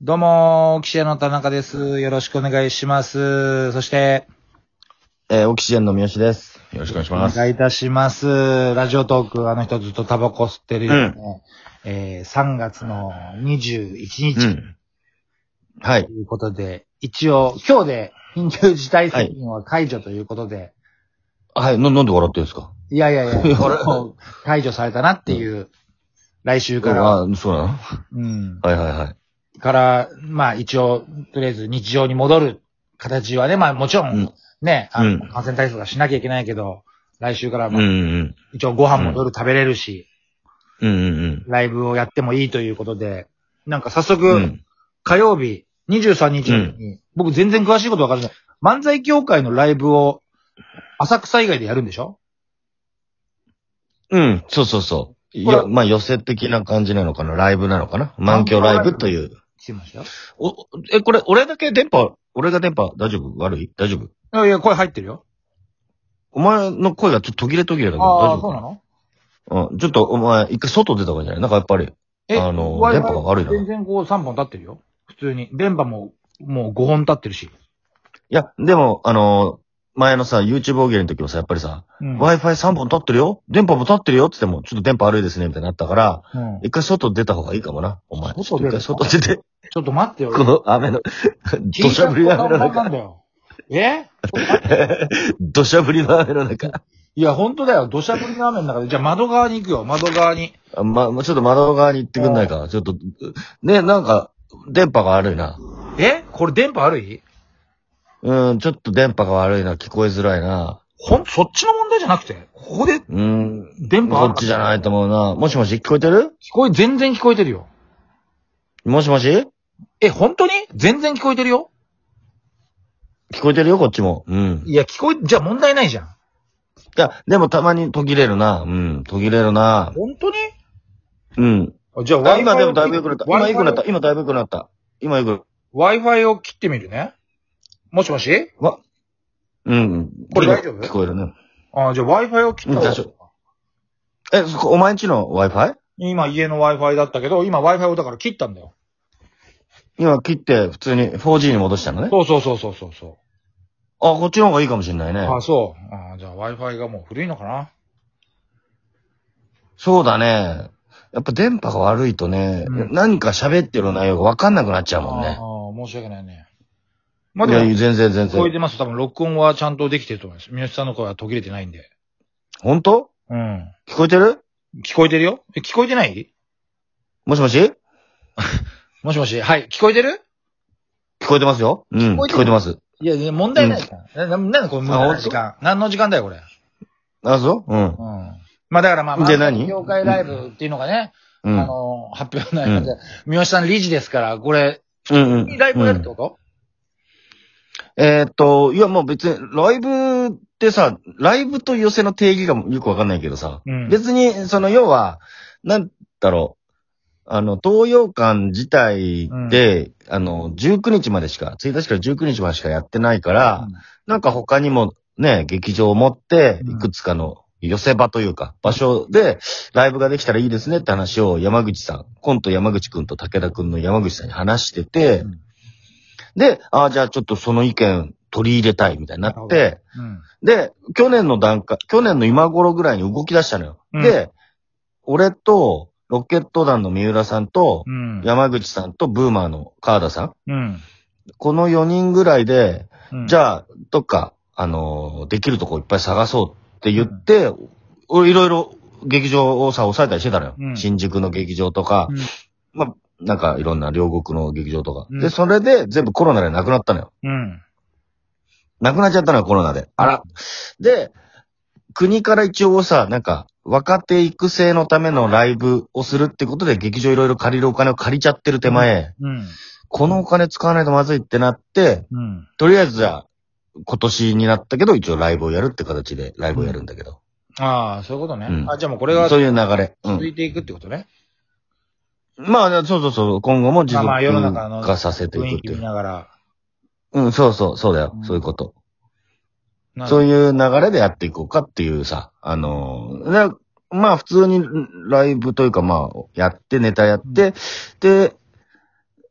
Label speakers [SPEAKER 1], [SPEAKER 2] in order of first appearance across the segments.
[SPEAKER 1] どうも、記者の田中です。よろしくお願いします。そして、
[SPEAKER 2] えーオキシエンの三好です。
[SPEAKER 3] よろしくお願いし
[SPEAKER 1] お
[SPEAKER 3] ます。
[SPEAKER 1] 願いいたします。ラジオトーク、あの人ずっとタバコ吸ってるよね。えー3月の21
[SPEAKER 3] う
[SPEAKER 1] 日
[SPEAKER 3] ん。
[SPEAKER 2] は
[SPEAKER 1] と
[SPEAKER 2] い。
[SPEAKER 1] いうことで、一応、今日で緊急事態宣言は解除ということで、い、
[SPEAKER 2] はい、な、なんで笑ってるんですか
[SPEAKER 1] やいやいや、
[SPEAKER 2] いやあれ
[SPEAKER 1] もう解除されたなっていう、来週から、
[SPEAKER 2] ああ、そうなの
[SPEAKER 1] うん、
[SPEAKER 2] はいはいはい。
[SPEAKER 1] から、まあ一応、とりあえず日常に戻る形はね、まあもちろん、
[SPEAKER 2] うん
[SPEAKER 1] ね、あの、
[SPEAKER 3] うん
[SPEAKER 1] 感染対策はしなきゃいけないけど、来週からは
[SPEAKER 3] うんうん。
[SPEAKER 1] 一応ご飯も夜食べれるし、
[SPEAKER 3] うんうん
[SPEAKER 1] ライブをやってもいいということで、なんか早速、
[SPEAKER 3] うん。うん。
[SPEAKER 1] 火曜日、23日に、僕全然詳しいことわからない。漫才協会のライブを、浅草以外でやるんでしょ
[SPEAKER 2] うん、そうそうそう。
[SPEAKER 1] これ
[SPEAKER 2] よ、まあ、寄せ的な感じなのかなライブなのかな満響ライブという。
[SPEAKER 1] 来てましたよ。
[SPEAKER 2] お、え、これ、俺だけ電波、俺が電波、大丈夫悪い大丈夫
[SPEAKER 1] いやいや、声入ってるよ。
[SPEAKER 2] お前の声がちょっと途切れ途切れだけど、
[SPEAKER 1] あ
[SPEAKER 2] 大
[SPEAKER 1] あ、
[SPEAKER 2] 丈
[SPEAKER 1] そうな
[SPEAKER 2] 夫
[SPEAKER 1] の
[SPEAKER 2] うん、ちょっとお前、一回外出た方がいいんじゃないなんかやっぱり、あの
[SPEAKER 1] Wi-Fi
[SPEAKER 2] 電波が悪いな
[SPEAKER 1] 全然こう3本立ってるよ。普通に。電波も、もう5本立ってるし。
[SPEAKER 2] いや、でも、あの、前のさ、YouTube 大喜利の時もさ、やっぱりさ、
[SPEAKER 1] うん。
[SPEAKER 2] Wi-Fi3 本立ってるよ電波も立ってるよって言っても、ちょっと電波悪いですね、みたいになったから、
[SPEAKER 1] うん
[SPEAKER 2] 一回外出た方がいいかもな、お前。
[SPEAKER 1] 外
[SPEAKER 2] ちょっと一回外
[SPEAKER 1] 出
[SPEAKER 2] 出て、
[SPEAKER 1] ちょっと待ってよ。
[SPEAKER 2] この雨の、土砂降りの雨の
[SPEAKER 1] 聞いたことな
[SPEAKER 2] 中、
[SPEAKER 1] んだよ。え
[SPEAKER 2] 土砂降りの雨の中、
[SPEAKER 1] いや、本当だよ。土砂降りの雨の中で。じゃあ窓側に行くよ。窓側に。
[SPEAKER 2] あま、ちょっと窓側に行ってくんないか、ちょっと、ね、なんか、電波が悪いな。
[SPEAKER 1] えこれ電波悪い
[SPEAKER 2] うん、ちょっと電波が悪いな、聞こえづらいな。
[SPEAKER 1] ほん、そっちの問題じゃなくて、ここで
[SPEAKER 2] うん、
[SPEAKER 1] 電波
[SPEAKER 2] こ
[SPEAKER 1] ある
[SPEAKER 2] っちじゃないと思うな。もしもし、聞こえてる
[SPEAKER 1] 聞こえ、全然聞こえてるよ。
[SPEAKER 2] もしもし
[SPEAKER 1] え、本当に全然聞こえてるよ。
[SPEAKER 2] 聞こえてるよ、こっちも。うん。
[SPEAKER 1] いや、聞こえ、じゃあ問題ないじゃん。
[SPEAKER 2] いや、でもたまに途切れるな。うん、途切れるな。
[SPEAKER 1] 本当に
[SPEAKER 2] うん。
[SPEAKER 1] あじゃあ
[SPEAKER 2] あ
[SPEAKER 1] Wi-Fi
[SPEAKER 2] 今でもだいぶ良くなった。今良くなった。
[SPEAKER 1] Wi-Fi
[SPEAKER 2] 今だいぶ良くなった。今良くなった。
[SPEAKER 1] Wi-Fi を切ってみるね。もしもし
[SPEAKER 2] うん。
[SPEAKER 1] これ大丈夫
[SPEAKER 2] 聞こえるね。
[SPEAKER 1] あじゃあ Wi-Fi を切った
[SPEAKER 2] うん大丈え、そこ、お前んちの Wi-Fi?
[SPEAKER 1] 今家の Wi-Fi だったけど、今 Wi-Fi をだから切ったんだよ。
[SPEAKER 2] 今切って普通に 4G に戻したのね。
[SPEAKER 1] そうそうそうそうそうそ
[SPEAKER 2] あ、こっちの方がいいかもしれないね
[SPEAKER 1] う。。あ、そう。あじゃあ Wi-Fi がもう古いのかな。
[SPEAKER 2] そうだね。やっぱ電波が悪いとね、
[SPEAKER 1] うん
[SPEAKER 2] 何か喋ってる内容がわかんなくなっちゃうもんね。
[SPEAKER 1] ああ、申し訳ないね。まあ、
[SPEAKER 2] い
[SPEAKER 1] で
[SPEAKER 2] や、
[SPEAKER 1] も、
[SPEAKER 2] 全然全
[SPEAKER 1] 聞こえ
[SPEAKER 2] 然。
[SPEAKER 1] てます。多分、録音はちゃんとできてると思います。三好さんの声は途切れてないんで。
[SPEAKER 2] 本当
[SPEAKER 1] うん。
[SPEAKER 2] 聞こえてる
[SPEAKER 1] 聞こえてるよえ、聞こえてない
[SPEAKER 2] もしもし
[SPEAKER 1] もしもし、はい、聞こえてる
[SPEAKER 2] 聞こえてますよ。うん、
[SPEAKER 1] 聞こえてる
[SPEAKER 2] 聞こえてます。
[SPEAKER 1] いやいや、問題ないから。な、な、なんだこの無駄
[SPEAKER 2] あ
[SPEAKER 1] な
[SPEAKER 2] 本当
[SPEAKER 1] 時間。何の時間だよ、これ。
[SPEAKER 2] あ、そううん
[SPEAKER 1] う。ん。まあ、だからまあ、
[SPEAKER 2] で何
[SPEAKER 1] 業界ライブっていうのがね、
[SPEAKER 2] う
[SPEAKER 1] あ
[SPEAKER 2] ん。
[SPEAKER 1] の、発表の間で、三好さん理事ですから、これ、
[SPEAKER 2] うんうん。
[SPEAKER 1] ライブやるってこと、
[SPEAKER 2] えーっと、いや、もう別に、ライブってさ、ライブと寄せの定義がよくわかんないけどさ、
[SPEAKER 1] うん
[SPEAKER 2] 別に、その、要は、なんだろう、あの、東洋館自体で、あの、19日までしか、1日から19日までしかやってないから、なんか他にもね、劇場を持って、
[SPEAKER 1] うん
[SPEAKER 2] いくつかの寄せ場というか、場所でライブができたらいいですねって話を山口さん、コント山口くんと武田くんの山口さんに話してて、
[SPEAKER 1] うん
[SPEAKER 2] で、ああ、じゃあちょっとその意見取り入れたいみたいになっ
[SPEAKER 1] な
[SPEAKER 2] て、
[SPEAKER 1] うん。
[SPEAKER 2] で、去年の段階、去年の今頃ぐらいに動き出したのよ。
[SPEAKER 1] うん
[SPEAKER 2] で、俺と、ロケット団の三浦さんと、
[SPEAKER 1] うん。
[SPEAKER 2] 山口さんとブーマーの川田さん。
[SPEAKER 1] うん。
[SPEAKER 2] この4人ぐらいで、
[SPEAKER 1] うん
[SPEAKER 2] じゃあ、どっか、あのーできるとこいっぱい探そうって言って、俺いろいろ劇場をさ、抑えたりしてたのよ。
[SPEAKER 1] うん
[SPEAKER 2] 新宿の劇場とか、
[SPEAKER 1] うん
[SPEAKER 2] まあ、なんかいろんな両国の劇場とか。
[SPEAKER 1] うん
[SPEAKER 2] で、それで全部コロナでなくなったのよ。
[SPEAKER 1] うん。
[SPEAKER 2] なくなっちゃったのよ、コロナで。あら。で、国から一応さ、なんか、若手育成のためのライブをするってことで、劇場いろいろ借りるお金を借りちゃってる手前、
[SPEAKER 1] うん。
[SPEAKER 2] このお金使わないとまずいってなって、
[SPEAKER 1] うん。
[SPEAKER 2] とりあえずじゃあ、今年になったけど、一応ライブをやるって形でライブをやるんだけど。
[SPEAKER 1] ああ、そういうことね。
[SPEAKER 2] うん
[SPEAKER 1] あ、じゃあもうこれが
[SPEAKER 2] そういう流れ。う
[SPEAKER 1] 続
[SPEAKER 2] ん。
[SPEAKER 1] いていくってことね。
[SPEAKER 2] まあ、そうそうそう。今後も自
[SPEAKER 1] まあまあ世の中
[SPEAKER 2] 分
[SPEAKER 1] の
[SPEAKER 2] 化させてい
[SPEAKER 1] 雰
[SPEAKER 2] くっ
[SPEAKER 1] 囲
[SPEAKER 2] て
[SPEAKER 1] 気
[SPEAKER 2] い
[SPEAKER 1] 見
[SPEAKER 2] う。
[SPEAKER 1] ながら。
[SPEAKER 2] うん、そうそう、そうだよ。
[SPEAKER 1] うん
[SPEAKER 2] そういうこと。
[SPEAKER 1] なんか
[SPEAKER 2] そういう流れでやっていこうかっていうさ、あのー、でまあ普通にライブというかまあやってネタやって、で、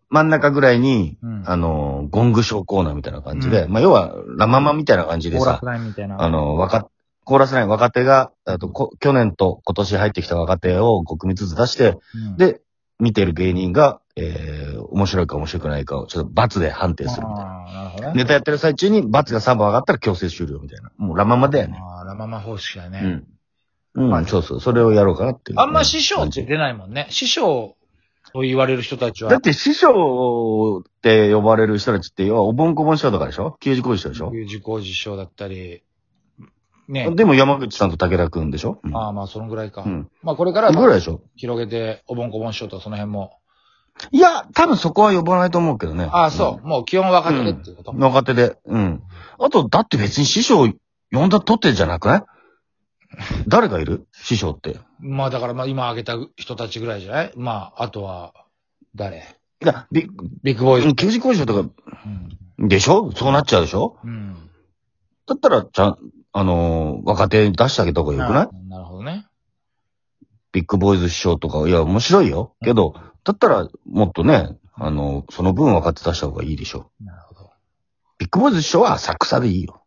[SPEAKER 2] 真ん中ぐらいに、
[SPEAKER 1] うん。
[SPEAKER 2] あの、ゴングショーコーナーみたいな感じで、
[SPEAKER 1] う
[SPEAKER 2] まあ、要は、ラママみたいな感じで
[SPEAKER 1] コーラ
[SPEAKER 2] さ
[SPEAKER 1] ス、ラインみたいな。
[SPEAKER 2] あの、若、コーラスライン若手が、あとこ、去年と今年入ってきた若手を5組ずつ出して、
[SPEAKER 1] うん、
[SPEAKER 2] で、見てる芸人が、えー、面白いか面白くないかを、ちょっと罰で判定するみたいな。
[SPEAKER 1] ああ、なるほどね。
[SPEAKER 2] ネタやってる最中に罰が3本上がったら強制終了みたいな。もうラママだよね。
[SPEAKER 1] ああ、ラママ方式だね。
[SPEAKER 2] うん。うん、そうそう。それをやろうかなっていう、
[SPEAKER 1] あんま師匠
[SPEAKER 2] 感
[SPEAKER 1] っ
[SPEAKER 2] じ
[SPEAKER 1] て出ないもんね。師匠と言われる人たちは。
[SPEAKER 2] だって師匠って呼ばれる人たちって、要はおぼんこぼん師匠とかでしょ ?9 時工事師匠でしょ、
[SPEAKER 1] 受講受賞だったり、ね。
[SPEAKER 2] でも山口さんと武田くんでしょ、うん、
[SPEAKER 1] まあまあ、そのぐらいか。
[SPEAKER 2] うん。
[SPEAKER 1] まあ、これからは
[SPEAKER 2] ぐらいでしょ
[SPEAKER 1] 広げて、おぼんこぼんしようと、その辺も。
[SPEAKER 2] いや、多分そこは呼ばないと思うけどね。
[SPEAKER 1] ああ、そう。もう基本若手でっていうこと。
[SPEAKER 2] うん。若手で。うん。あと、だって別に師匠呼んだとってじゃなくない誰がいる師匠って。
[SPEAKER 1] まあ、だから、まあ、今挙げた人たちぐらいじゃないまあ、あとは、誰
[SPEAKER 2] いや、び、
[SPEAKER 1] ビッグボーイズ。
[SPEAKER 2] 9時工事師匠とか、
[SPEAKER 1] うん。
[SPEAKER 2] でしょそうなっちゃうでしょ
[SPEAKER 1] うん。
[SPEAKER 2] だったら、ちゃん、あのー若手出してあげた方がよくない
[SPEAKER 1] うんなるほどね。
[SPEAKER 2] ビッグボーイズ師匠とか、いや、面白いよ。けど、だったら、もっとね、あの、その分分かって出した方がいいでしょ。
[SPEAKER 1] なるほど。
[SPEAKER 2] ビッグボーイズ師匠は浅草でい いよ。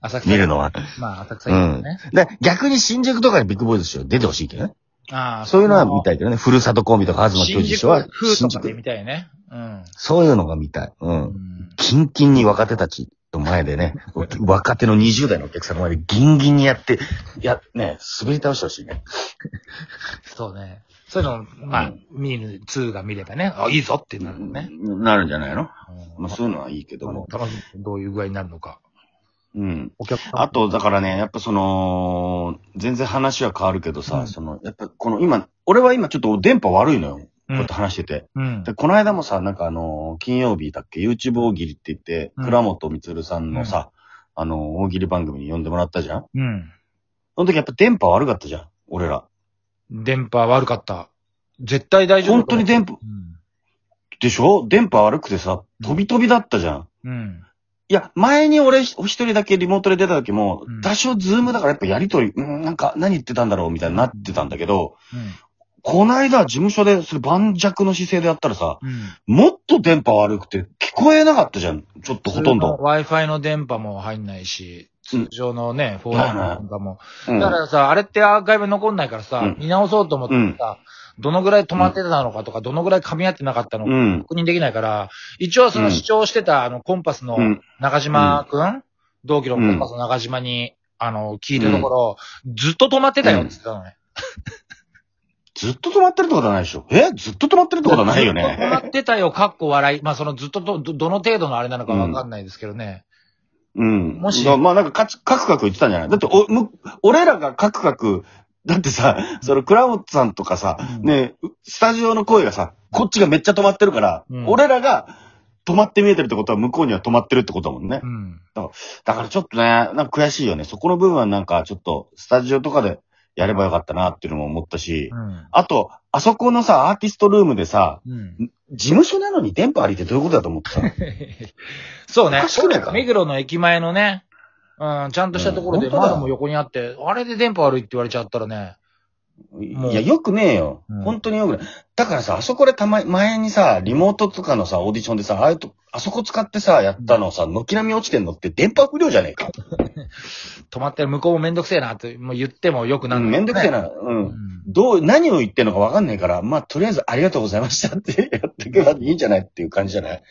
[SPEAKER 1] 浅草。
[SPEAKER 2] 見るのは。
[SPEAKER 1] まあ、浅草いいよね。
[SPEAKER 2] で、逆に新宿とかにビッグボーイズ師匠出てほしいけどね。
[SPEAKER 1] ああ、
[SPEAKER 2] そういうのは見
[SPEAKER 1] い。
[SPEAKER 2] たいけどね。ふるさとコンビとか、東京
[SPEAKER 1] 新
[SPEAKER 2] 事師
[SPEAKER 1] 宿
[SPEAKER 2] 匠は
[SPEAKER 1] 風、とかで見たいね。うん。
[SPEAKER 2] そういうのが見たい。う。
[SPEAKER 1] うんん。
[SPEAKER 2] キンキンに若手たちの前でね、 若手の20代のお客さんの前でギンギンにやって、や、ね、滑り倒してほしいね。
[SPEAKER 1] そうね。そういうの、まあ、見る、2が見ればね、あ、いいぞってなるのね。
[SPEAKER 2] なるんじゃないの
[SPEAKER 1] うん
[SPEAKER 2] まあ、そういうのはいいけども。
[SPEAKER 1] 楽しみ、どういう具合になるのか。
[SPEAKER 2] うん。
[SPEAKER 1] お客さん。
[SPEAKER 2] あと、だからね、やっぱその、全然話は変わるけどさ、
[SPEAKER 1] うん
[SPEAKER 2] その、やっぱこの今、俺は今ちょっと電波悪いのよ。
[SPEAKER 1] う
[SPEAKER 2] こうやっ
[SPEAKER 1] ん
[SPEAKER 2] て。話してて。
[SPEAKER 1] うん
[SPEAKER 2] で、この間もさ、なんかあのー金曜日だっけ、YouTube 大喜利って言って、
[SPEAKER 1] うん
[SPEAKER 2] 倉本光さんのさ、あのー大喜利番組に呼んでもらったじゃん
[SPEAKER 1] うん。
[SPEAKER 2] その時やっぱ電波悪かったじゃん俺ら。
[SPEAKER 1] 電波悪かった。絶対大丈夫。
[SPEAKER 2] 本当に電波、でしょ電波悪くてさ、飛び飛びだったじゃん。
[SPEAKER 1] うん。うん。
[SPEAKER 2] いや、前に俺ひ一人だけリモートで出た時も
[SPEAKER 1] うん、
[SPEAKER 2] 多少ズームだからやっぱやりとり、うん、なんか何言ってたんだろうみたいになってたんだけど、こないだ事務所でそれ盤石の姿勢でやったらさ、
[SPEAKER 1] うん。うん。
[SPEAKER 2] もっと電波悪くて聞こえなかったじゃん。ちょっとほとん
[SPEAKER 1] 普
[SPEAKER 2] ど。
[SPEAKER 1] 通の Wi-Fi の電波も入んないし、
[SPEAKER 2] うん
[SPEAKER 1] 通常のね、4G の電波も。
[SPEAKER 2] う
[SPEAKER 1] だ
[SPEAKER 2] ん。
[SPEAKER 1] からさ、あれってアーカイブ残んないからさ
[SPEAKER 2] うん、
[SPEAKER 1] 見直そうと思ってさ、どのぐらい止まってたのかとか、どのぐらい噛み合ってなかったの
[SPEAKER 2] う
[SPEAKER 1] か、
[SPEAKER 2] ん。
[SPEAKER 1] 確認できないから、一応その
[SPEAKER 2] うん
[SPEAKER 1] 主張してた、あの、コンパスの
[SPEAKER 2] うん。
[SPEAKER 1] 中島くん同期のコンパスの中島に、あの、聞いたところ、ずっと止まってたよって言ってたのね。
[SPEAKER 2] ずっと止まってるってことはないでしょ。えずっと止まってるってことはないよ
[SPEAKER 1] ずっ と止ま
[SPEAKER 2] ね。
[SPEAKER 1] ってたよ、かっこ笑い。まあ、そのずっとど、ど、どの程度のあれなのかわかんないですけどね。
[SPEAKER 2] うん。
[SPEAKER 1] もし
[SPEAKER 2] だからまあなんかカツ、カクカク言ってたんじゃないだって、お、む、俺らがカクカク、だってさ、その倉本さんとかさ、
[SPEAKER 1] うん
[SPEAKER 2] ね、スタジオの声がさ、こっちがめっちゃ止まってるから、
[SPEAKER 1] うん
[SPEAKER 2] 俺らが止まって見えてるってことは向こうには止まってるってことだもんね。
[SPEAKER 1] うん。
[SPEAKER 2] だからちょっとね、なんか悔しいよね。そこの部分はなんかちょっとスタジオとかでやればよかったなっていうのも思ったし
[SPEAKER 1] う、ん。
[SPEAKER 2] あと、あそこのさ、アーティストルームでさ、
[SPEAKER 1] うん。
[SPEAKER 2] 事務所なのに電波ありってどういうことだと思ってさ。
[SPEAKER 1] そうね
[SPEAKER 2] おかしくないか。
[SPEAKER 1] 目黒の駅前のね、うん、ちゃんとしたところで
[SPEAKER 2] うん本当だ
[SPEAKER 1] 窓も横にあって、あれで電波悪いって言われちゃったらね。 もう
[SPEAKER 2] いや、よくねえよ
[SPEAKER 1] うん。
[SPEAKER 2] 本当によくない。だからさ、あそこでたま、前にさ、リモートとかのさ、オーディションでさ、ああいうと、あそこ使ってさ、やったのさ、軒並み落ちてんのって電波不良じゃねえか。
[SPEAKER 1] 止まってる向こうもめんどくせえなってもう言ってもよくな
[SPEAKER 2] うんん、めんどくせえな。
[SPEAKER 1] う
[SPEAKER 2] うん。
[SPEAKER 1] ん。
[SPEAKER 2] どう、何を言ってんのか分かんないから、まあ、とりあえずありがとうございましたってやってけばいいんじゃないっていう感じじゃない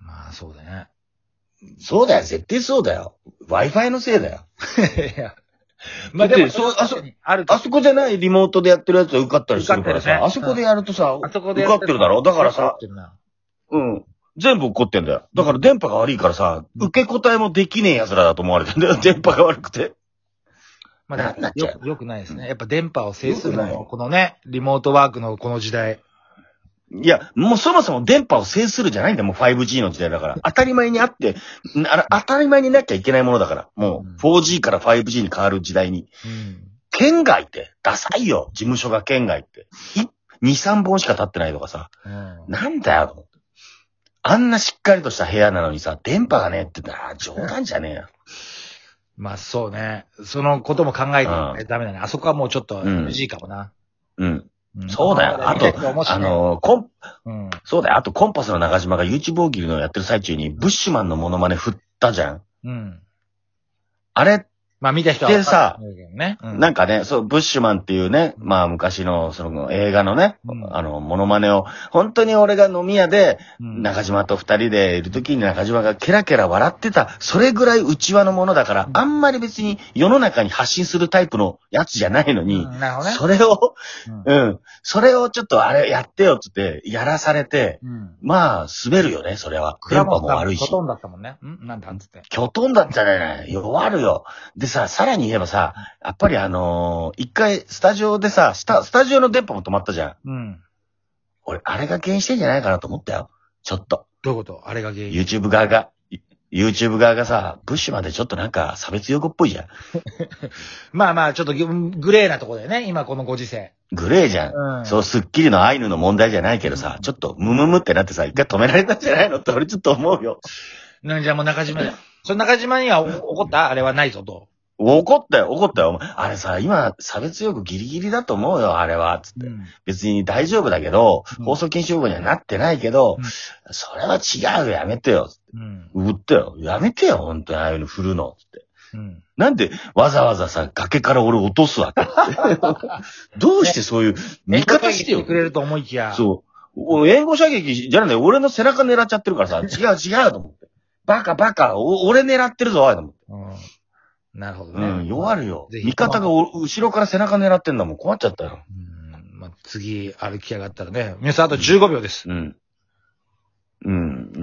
[SPEAKER 1] まあ、そうだね。
[SPEAKER 2] そうだよ、絶対そうだよ。Wi-Fi のせいだよ。
[SPEAKER 1] いや。まあで
[SPEAKER 2] だ
[SPEAKER 1] も、
[SPEAKER 2] ってそうあそ
[SPEAKER 1] ある
[SPEAKER 2] あそこじゃないリモートでやってるやつは受かったりするから
[SPEAKER 1] 受
[SPEAKER 2] さ、
[SPEAKER 1] か
[SPEAKER 2] あ
[SPEAKER 1] って
[SPEAKER 2] そ
[SPEAKER 1] るね
[SPEAKER 2] こでやるとさ、
[SPEAKER 1] あそこで
[SPEAKER 2] 受
[SPEAKER 1] やる
[SPEAKER 2] かってるだろだから
[SPEAKER 1] 受か
[SPEAKER 2] さ
[SPEAKER 1] っ、てるな
[SPEAKER 2] うん。全部怒ってんだよ。だから電波が悪いからさ、
[SPEAKER 1] うん
[SPEAKER 2] 受け答えもできねえ奴らだと思われてんだよ。電波が悪くて。
[SPEAKER 1] まあ、だから
[SPEAKER 2] なっちゃう
[SPEAKER 1] よく、よくないですね。やっぱ電波を制する
[SPEAKER 2] よくないよ
[SPEAKER 1] の、このね、リモートワークのこの時代。
[SPEAKER 2] いや、もうそもそも電波を制するじゃないんだよ。もう 5G の時代だから。当たり前にあって、なら当たり前になっちゃいけないものだから。も
[SPEAKER 1] うん
[SPEAKER 2] う 4G から 5G に変わる時代に。
[SPEAKER 1] うん。
[SPEAKER 2] 県外って、ダサいよ。事務所が県外って。2、3本しか経ってないとかさ。
[SPEAKER 1] うん
[SPEAKER 2] なんだよ、と思って。あんなしっかりとした部屋なのにさ、電波がねえって言ったら、冗談じゃねえよ。
[SPEAKER 1] まあそうね。そのことも考えて
[SPEAKER 2] う
[SPEAKER 1] ダメだね。あそこはもうちょっと
[SPEAKER 2] うん
[SPEAKER 1] NG かもな。
[SPEAKER 2] うん。
[SPEAKER 1] ん
[SPEAKER 2] そうだよあと、あ、の、コン、
[SPEAKER 1] うん
[SPEAKER 2] そうだよ。あと、コンパスの長島が YouTube 大喜利のやってる最中に、ブッシュマンのモノマネ振ったじゃん。
[SPEAKER 1] うん。
[SPEAKER 2] あれ、
[SPEAKER 1] まあ見た人は。
[SPEAKER 2] でさ、
[SPEAKER 1] ね。う
[SPEAKER 2] なんかね、そう、ブッシュマンっていうね、まあ昔の、その映画のね、
[SPEAKER 1] うん
[SPEAKER 2] あの、モノマネを、本当に俺が飲み屋で、
[SPEAKER 1] うん
[SPEAKER 2] 中島と二人でいる時に中島がケラケラ笑ってた、それぐらい内輪のものだから
[SPEAKER 1] う、ん
[SPEAKER 2] あんまり別に世の中に発信するタイプのやつじゃないのに、
[SPEAKER 1] うんなるほどね。
[SPEAKER 2] それを、
[SPEAKER 1] うん
[SPEAKER 2] うん、それをちょっとあれやってよっつって、やらされて、
[SPEAKER 1] うん。
[SPEAKER 2] まあ、滑るよね、それは。電波も悪いし
[SPEAKER 1] ほ。とんどだったもんね。んなんだっつって。
[SPEAKER 2] きょとんだったじゃない。弱るよ。でさ、さらに言えばさ、やっぱりあのー一回スタジオでさ、スタ、スタジオの電波も止まったじゃん。
[SPEAKER 1] うん。
[SPEAKER 2] 俺、あれが原因してんじゃないかなと思ったよ。ちょっと。
[SPEAKER 1] どういうことあれが原因。
[SPEAKER 2] YouTube 側が、い YouTube 側がさ、ブッシュまでちょっとなんか差別用語っぽいじゃん。
[SPEAKER 1] まあまあ、ちょっとぎグレーなとこだよね。今このご時世。
[SPEAKER 2] グレーじゃん。
[SPEAKER 1] うん。
[SPEAKER 2] そう、スッキリのアイヌの問題じゃないけどさ、ちょっとムムムってなってさ、一回止められたんじゃないのって俺ちょっと思うよ。
[SPEAKER 1] なんじゃあもう中島だ。その中島にはお怒ったあれはないぞと。
[SPEAKER 2] 怒ったよ、怒ったよ。お前あれさ、今、差別用語ギリギリだと思うよ、あれは。つって。
[SPEAKER 1] ん。
[SPEAKER 2] 別に大丈夫だけど、
[SPEAKER 1] うん
[SPEAKER 2] 放送禁止用語にはなってないけど、
[SPEAKER 1] うん
[SPEAKER 2] それは違うよ、やめてよ。
[SPEAKER 1] うん。
[SPEAKER 2] 売ったよ。やめてよ、本当にああいうの振るの。つって。
[SPEAKER 1] うん。
[SPEAKER 2] なんでわざわざさ、崖から俺落とすわけ どうしてそういう、味方してよ
[SPEAKER 1] く。れると思いきや。う。
[SPEAKER 2] そう。お援護射撃じゃない俺の背中狙っちゃってるからさ、違う違うと思って。バカバカ、お俺狙ってるぞ、おいと思って。
[SPEAKER 1] ん。なるほど
[SPEAKER 2] う
[SPEAKER 1] ね。
[SPEAKER 2] ん、弱るよ。
[SPEAKER 1] ぜひ
[SPEAKER 2] 味方がお後ろから背中狙ってんだもん、困っちゃったよ。
[SPEAKER 1] うん。まあ、次歩き上がったらね。皆さんあと15秒です。
[SPEAKER 2] うん。う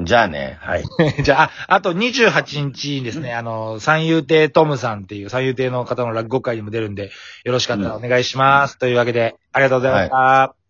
[SPEAKER 2] ん、じゃあね、はい。
[SPEAKER 1] じゃあ、ああと28日にですね、あの、三遊亭トムさんっていう三遊亭の方の落語会にも出るんで、よろしかったらお願いします。というわけで、ありがとうございました。